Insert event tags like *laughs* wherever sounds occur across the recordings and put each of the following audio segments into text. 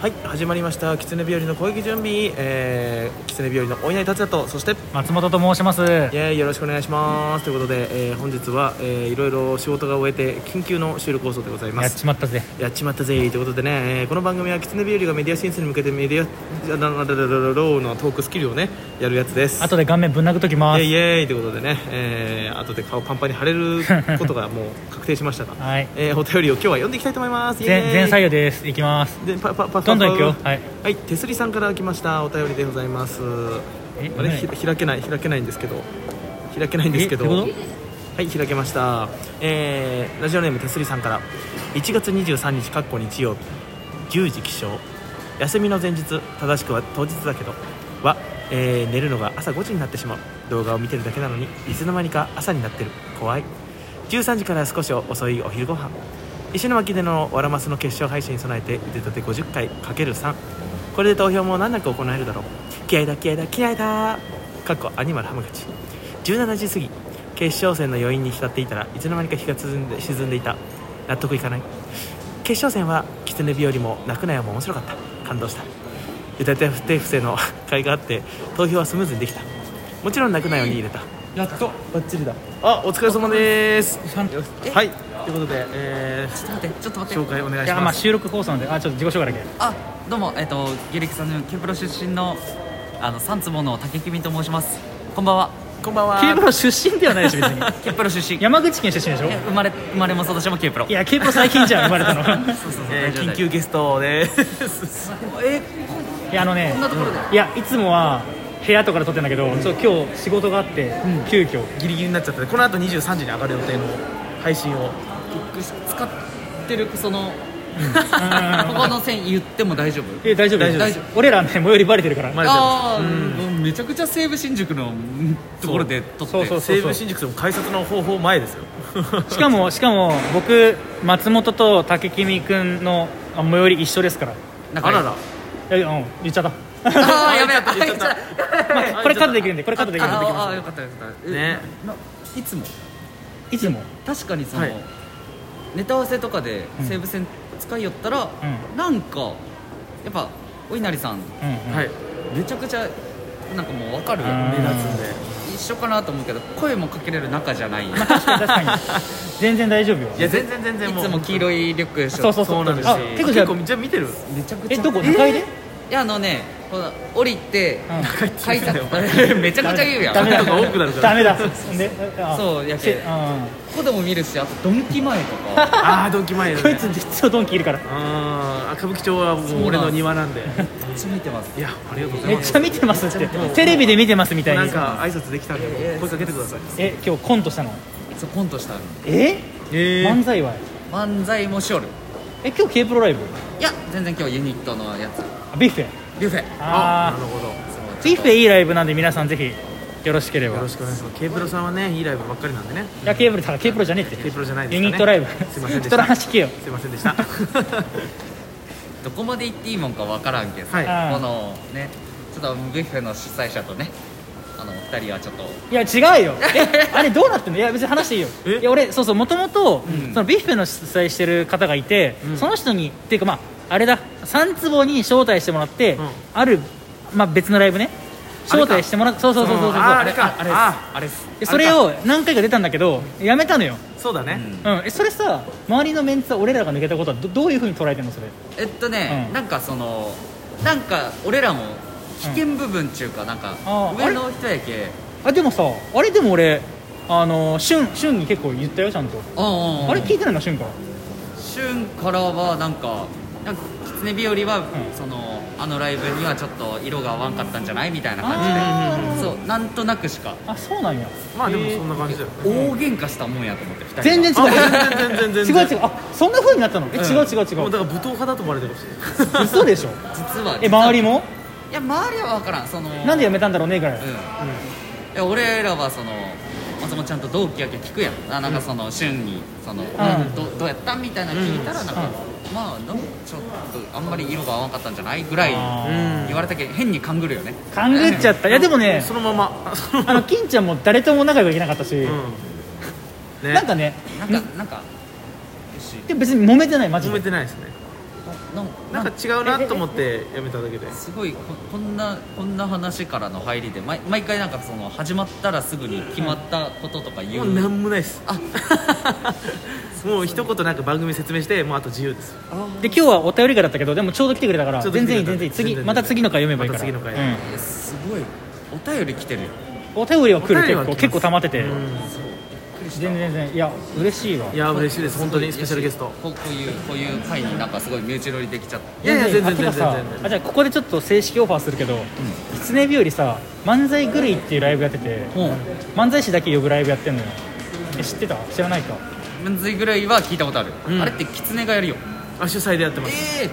はい始まりました狐日和の攻撃準備、えー、狐日和のお稲荷達也とそ *laughs* してイ松本と申しますはエーイよろしくお願いしますということで、えー、本日は、えー、いろいろ仕事が終えて緊急の収録放送でございまやっすちまったぜやっちまったぜということでね、えーこの番組は狐日和がメディア進出に向けてメディアローのトークスキルをねやるやつです後で顔面ぶん殴っときまイエすイイエイということでね、えー、後で顔パンパンに腫れる *laughs* ことがもう確定しましたが、はいえー、お便りを今日は読んでいきたいと思いますイエー全イ全左右ですいきますでパパパパどんどんいくよはいはい、手すりさんから来ましたお便りでございます。えあれ何ひ開けない開けないんですけど開けないんですけどえどういうこはい開けました、えー、ラジオネーム手すりさんから1月23日かっこ日曜日10時起床休みの前日正しくは当日だけどは、えー寝るのが朝5時になってしまう動画を見てるだけなのにいつの間にか朝になってる怖い13時から少し遅いお昼ご飯石巻でのわらますの決勝配信に備えて腕立て50回 ×3 これで投票も難なく行えるだろう気合だ気合だ気合だかっこアニマル浜口17時過ぎ決勝戦の余韻に浸っていたらいつの間にか日が沈んで沈んでいた納得いかない決勝戦は狐日よりも泣くなよも面白かった感動した歌手不定不正の *laughs* 会があって投票はスムーズにできたもちろん泣くなよに入れたやっとバッチリだあお疲れ様ですさんいはいということで、えちょっと待って、ちょっとー待っ紹て。介お願いしやままあす収録放送なんであちょっと自己紹介だけあ、どうも、えっ、と、ゲリクさんのケプロ出身の、あの、三坪の竹君と申します。こんばんは。 *laughs* こんばんケープはロ出身ではないでしょ別 *laughs* にケプロ出身。いや山口県出身でしょ生まれ、生まれも育ちもケプロ。いやケープロ最近じゃん生まれ *laughs* たのそうそうそう、え大丈夫ー緊。急ゲストですえいやあのねこんなところで。いやいつもは部屋とかで撮ってんだけどちょっと今日仕事があって *laughs* 急遽 *laughs* ギリギリになっちゃったねこの後23時に上がる予定の配信を使ってる、その。ん *laughs* ここの線言っても大丈夫。え大丈夫大丈夫です俺らね最寄りバレてるからまあああ、ううんめちゃくちゃ西武新宿のうんところで撮ってそうそう西武新宿でも改札の方法前ですよしかもしかも僕松本と竹君くんのあ最寄り一緒ですからなんかあららいやうん言っちゃった *laughs* ああやべやべ言っちゃった *laughs* あ言っちゃっ *laughs* たまあこれカットできるんでこれカットできるんであああよかったよかったえねないつもいつも確かにその、はいネタ合わせとかでうん西武線使いよったら、うなんかやっぱお稲荷さんうんうんはいめちゃくちゃなんかもう分かるうん目立つんで一緒かなと思うけど声もかけれる仲じゃないいまあ確かに確かに全然大丈夫よいや全然全然もうつも黄色いリュックでしょそうそうそうなんですよあ結構じゃあ結構じゃあ見てるめちゃくちえゃどこい2階でやあのねこの降りて、うん改札 *laughs* めちゃくちゃ言うやんダメだ人が多くなるからダメだであ *laughs* そうやけせうここでも見るしあとドンキ前とかああドンキ前んでこねいつ実はドンキいるからあー歌舞伎町はもう俺の庭なんでめっちゃ見てますいやありがとうござめいっますちゃ見てますってテレビで見てますみたいなんにか挨拶できたんで声かけてくださいえ今日コントしたのそうコントしたのええ漫才は漫才もしおるえ今日 K プロライブいや全然今日ユニットのやつあビュッフェビュッフェあなあるあほどビュッフェいいライブなんで皆さんぜひよろしければよろしくお願いします K プロさんはねいいライブばっかりなんでねいやケーブルだ K プロじゃねえって K プロじゃないですユかねニットライブすいませんでした人の話聞けよすいませんで *laughs* したどこまで行っていいもんかわからんけどさ、はいうんこのねちょっとビュッフェの主催者とねあのお二人はちょっといや違う *laughs* よえあれどうなってんのいや別に話していいよえいや俺そうそうもともとうんビュッフェの主催してる方がいて、うんその人にっていうかまああれだ三坪に招待してもらって、うんある、まあ、別のライブね招待してもらってそうそうそうそうそうあーあれかあれですああれですでそれを何回か出たんだけどやめたのよ、そうだねうんうん、えそれさ周りのメンツは俺らが抜けたことはどどういうふうに捉えてんのそれえっとね、うんなんかそのなんか俺らも危険部分っちゅうかなんかあー上の人やけあでもさあれでも俺あのしゅんしゅんに結構言ったよちゃんと、あああれ聞いてないのしゅんから旬からはなんかなんか狐日和は、うんそのあのライブにはちょっと色が合わんかったんじゃないみたいなあ感ーじでそうなんとなくしかあそうなんやまあでもそんな感じだよね大喧嘩したもんやと思って二人は全然違うあ全然全然全然違う違うあそんな風になったのえ、うん違う違う違もううだから武闘派だと思われてるし嘘でしょ実はえ周りももいや周りは分からんそのなんでやめたんだろうねぐらいうん、いや俺らはその松本ちゃんと同期やけ聞くやんあなんかその旬にその、んどどうやったんみたいなの聞いたらなんか、まあなんかちょっとあんまり色が合わなかったんじゃないぐらいあうーん言われたけど変に勘ぐるよね勘ぐっちゃったいやでもねそのままそのまあの金ちゃんも誰とも仲良くいけなかったし、まうんねなんかねなんかなんかよしでも別に揉めてないマジ揉でめてないですねなんなんか違うなと思ってやめただけですごいここんなこんな話からの入りで毎毎回なんかその始まったらすぐに決まったこととか言もう、うなんもないですあ *laughs* もう一言なんか番組説明してもうあと自由ですで今日はお便りがだったけどでもちょうど来てくれたからちょうど来全てく然いれいた全全然いい次然全然また次の回読めばいいからまた次の回うんえすごいお便り来てるよお便りは来るお便りは結来構ます結構溜まっててうん全然全然いや嬉しいわいや嬉しいです本当にスペシャルゲストこうこういうこういう回になんかすごい身内乗りできちゃっていやいや全あ然全て然かさ全あ然じゃあここでちょっと正式オファーするけど「きつね日和」さ漫才狂いっていうライブやってても漫才師だけ呼ぶライブやってんのよえ知ってた知らないかうむずいぐらいは聞いたことある、うんあれってキツネがやるよあ主催でやってますええ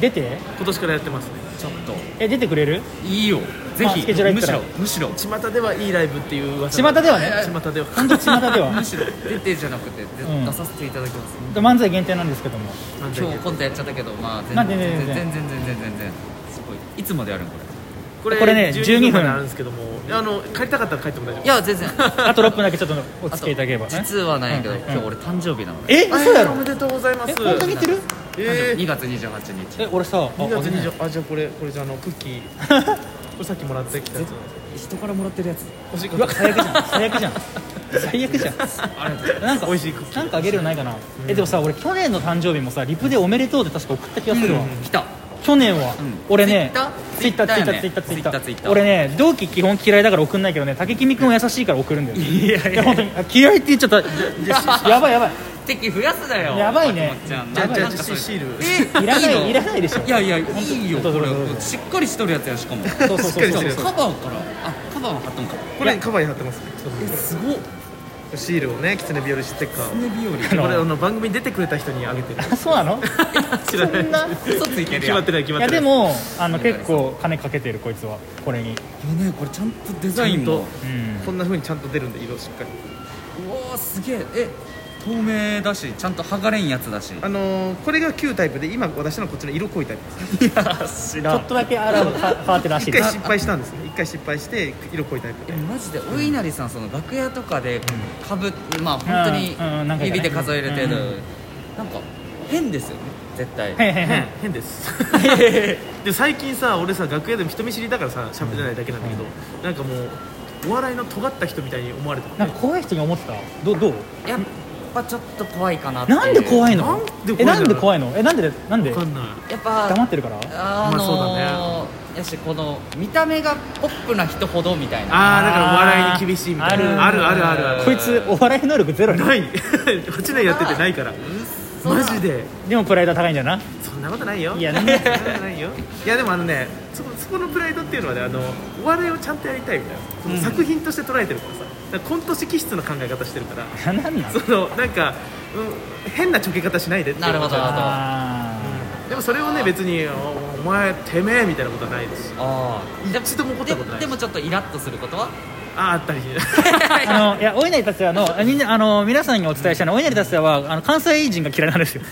出て今年からやってますねちょっとえ出てくれるいいよぜまあひ、スケジュール入むったしらろむしろ巷ではいいライブっていう噂巷ではね巷では本当巷では *laughs* むしろ出てじゃなくて、でうん出させていただきます漫才限定なんですけどもなんだ今っ日けコントやっちゃったけどまあ全まあ然全然全然全全然全然全然すごいいつまでやるんこれこれこれね12 12分分あるんですけどもあの帰りたかったら帰っても大丈夫いや全然あと6分だけちょっとおあ付きと合いいただければね実はないけどうんうん今日俺誕生日なのねえ嘘やろおめでとうございますえ本当に言ってるえー2月28日え俺さあ2月あげない20あじゃあこれこれじゃああのクッキー *laughs* これさっきもらってきたやつ人からもらってるやつ欲しいうこわと最悪じゃん最悪じゃん最悪じゃんありがとうございまなんか美味しいクッキーなんかあげるのないかな、えでもさ俺去年の誕生日もさリプで「おめでとう」で確か送った気がするわ、うんす来た去年は、うん俺ね Twitter？ツイッターツ Twitter イッターツイッターツイッタ Twitter ー俺ね同期基本嫌いだから送んないけどね竹君君は優しいから送るんだよいいやいや本当にあ嫌いって言っちゃったやばいやばい敵増やすだよやばいね松本ちゃんじゃあなんじゃあかなんかそういうシールえいらないのいらないでしょいやいやいいよどこうぞれどうぞどうぞしっかりしとるやつやしかもそうそうそうそうしっかりしてるカバーからあカバーも貼っとんかこれカバーに貼ってますすごっシールをねキツネ日和ステッカー船日をあのこれあの番組に出てくれた人にあげてるあそうなの知らない *laughs* な和嘘ついてる決やんまいってない決まいってないやでもあの結構金かけてるこいつはこれにやねこれちゃんとデザインちゃもんとうんこんな風にちゃんと出るんで色しっかりうわーすげええ透明だしちゃんと剥がれんやつだしあのー、これが旧タイプで今私のこっちの色濃いタイプですちょっとだけあら変わってるらしい一で回す失敗したんですね一回失敗して色濃いタイプえでマジでお稲荷さんその楽屋とかでかぶってまあ本うんうんな当んにかね指で数える程う度んなんか変ですよね絶対へんへんへ変ん変ですで最近さ俺さ楽屋でも人見知りだからさ喋れないだけなんだけど、なんかもうお笑いの尖った人みたいに思われてるなんか怖い人に思ってたどどう *laughs* やっぱちょっと怖いかなっていうなんで怖いなんので怖いんだろうえなんで怖いのえなんでなんで分かんないやっぱ黙ってるからあまあそうのーやしこの見た目がポップな人ほどみたいなああだからお笑いに厳しいみたいなああるるあるあるあるこいつお笑い能力ゼロにない *laughs* 8年やっててないからそうマジででもプライド高いん *laughs* じゃなそんなことないよ *laughs* いやそねんなことないよいやでもあのねそこそこのプライドっていうのはねあのお笑いをちゃんとやりたいみたいなそのうん作品として捉えてるからさだからコント式質の考え方してるから何なんなのそのなんか、うん、変なちょけ方しないでっていうなるほどなるほどあでもそれをね別におお前てめえみたいなことはないですしあー一度も怒ったことないででもちょっとイラッとすることはああったりーあのいやお稲荷達也の *laughs* あみんなあの皆さんにお伝えしたいのはお稲荷達也はあの関西人が嫌いなんで *laughs* すよ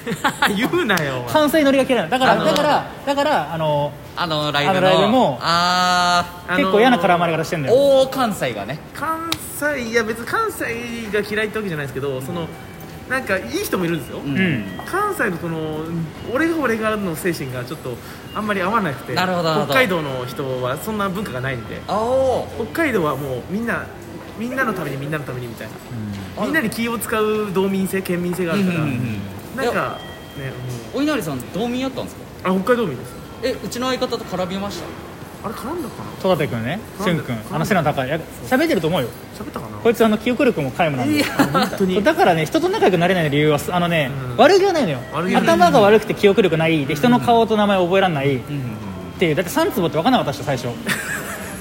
言うなよお前関西乗りが嫌いなのだかあらのだからだからあのあのライブのあのライブもああのー結構嫌な絡まれ方してんだーよ大関西がね関西いや別に関西が嫌いってわけじゃないですけどそのなんかいい人もいるんですよ、ううん関西のこの俺が俺がの精神がちょっとあんまり合わなくてなるほどなるほど北海道の人はそんな文化がないんであお北海道はもうみんなみんなのためにみんなのためにみたいなみんなに気を使う道民性県民性があるから、なんかねお稲荷さん道民やったんですかもうあ北海道民ですえうちの相方と絡みましたあれ絡んだかな戸建君ねなんで俊君あの背の高いいや喋ってると思うよ喋ったかなこいつあの記憶力も皆無なんで本当そうにだからね人と仲良くなれない理由はあのね、うん悪気はないのよ悪気はない頭が悪くて記憶力ないで人の顔と名前覚えられないっうんうんていうだって3坪って分かんなかったでしょ *laughs* 最初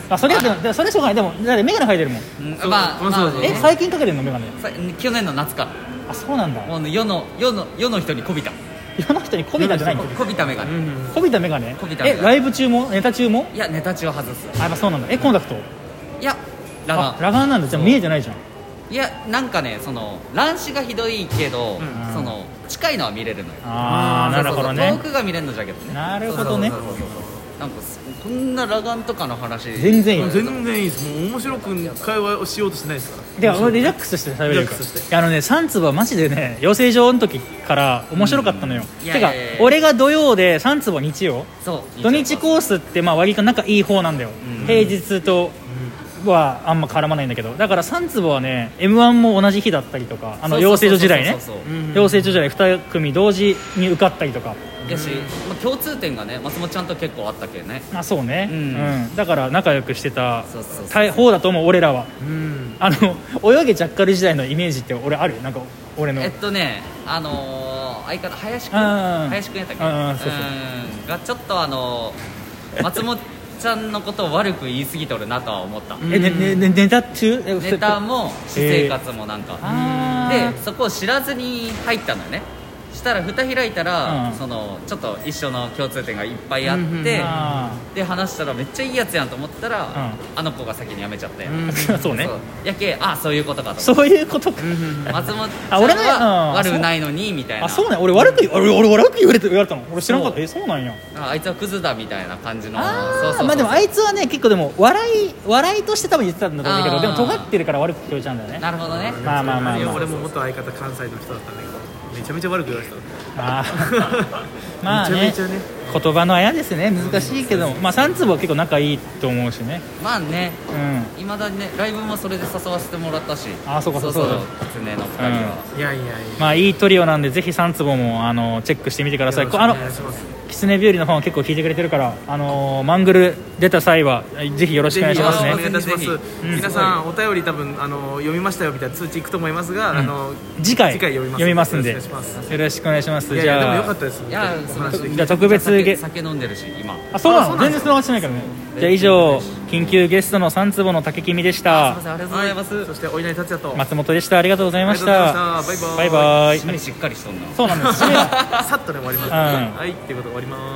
あそれはでもでもそれはしょうがないでもだって眼鏡生えてるもんうんそうまあそうまあそうえ最近かけてんの眼鏡さ去年の夏かあそうなんだもう世の世の世の人にこびた世の人に媚びたんじゃないのこびた目がうねん媚びた眼鏡媚びた眼え鏡ライブ中もネタ中もいやネタ中外すあやっぱそうなんだえコンタクトいやラあガンラガンなんだじゃあ見えてないじゃんいやなんかねその乱視がひどいけどんその近いのは見れるのよああなるほどそうそうそうね遠くが見れるのじゃけどねなるほどねそうそうそうそうなんかすこんな裸眼とかの話全然いいよ全然いいですもう面白く会話をしようとしてないですからで俺リラックスして喋れるかリラックスしらあのね3粒はマジでね養成所の時から面白かったのようんいやてかいやいやいや俺が土曜で3粒日曜そう土日コースってまあ割と仲いい方なんだよ、うん平日とはあんま絡まないんだけどだから3粒はね m 1も同じ日だったりとかあの養成所時代ねそうそうそうそううんうん養成所時代2組同時に受かったりとかやし、まあ、共通点がね松本ちゃんと結構あったけどねまあそうね、ううんんだから仲良くしてたそうそうそうた方だと思う俺らはうんあの *laughs* 泳げジャッカル時代のイメージって俺あるなんか俺のえっとねあのー相方林くんうんうん林くんやったっけうんうんそうそううんがちょっとあのー松本ちゃんのことを悪く言い過ぎとるなとは思ったえ、ねねね、ネタ中えネタも私生活もなん *laughs* か、あーでそこを知らずに入ったのよねしたら蓋開いたら、うんそのちょっと一緒の共通点がいっぱいあって、うんうんあで話したらめっちゃいいやつやんと思ったら、んあの子が先に辞めちゃって、うんーそうねそうやけあそういうことかとそういうことか、松本さあん俺ねはうん悪くないのにみたいなあそうね俺悪く言俺俺悪く言われて言われたの俺知らんかっそたうえそうなんやああいつはクズだみたいな感じのあそうそうあそうまあでもあいつはね結構でも笑い笑いとして多分言ってたんだと思うけあーどでも尖ってるから悪く聞こえちゃうんだよねなるほどねまあまあまあまあいや俺も元相方関西の人だったんだけどめちゃめちゃ悪く言われてあーた *laughs* まあねめちゃめちゃね言葉のあやですね難しいけどまあ3粒は結構仲いいと思うしねまあねうんいまだにねライブもそれで誘わせてもらったしあそうかそうそそううだキツネの2人は、いやいやいやまあいいトリオなんでぜひ3粒もあのチェックしてみてくださいよろしくこおうあの願いしますキツネ日和のファンは結構聞いてくれてるからあのーマングル出た際はぜひよろしくお願いしますぜねひよろしくお願いいたしまぜひすうん皆さんお便り多分あの読みましたよみたいな通知いくと思いますが、あの次回次回読みます読みますんでよろしくお願いしますよろしくお願いしますいやいじやでもゃよあかったですいや本当にお話できじてゃあ特別酒ゲ酒飲んでるし今すいあそうなあそうのなん全です然その話しないからねじゃあ以上緊急ゲストの三坪の竹君でしまたせんありがとうごはざいいます、そしてお稲荷達也と松本でしたありがとうございましあたりがとうございましたババイイババイ締めしっかりしとんな *laughs* そうなんです締めがさっとで終わります、うんはいということで終わります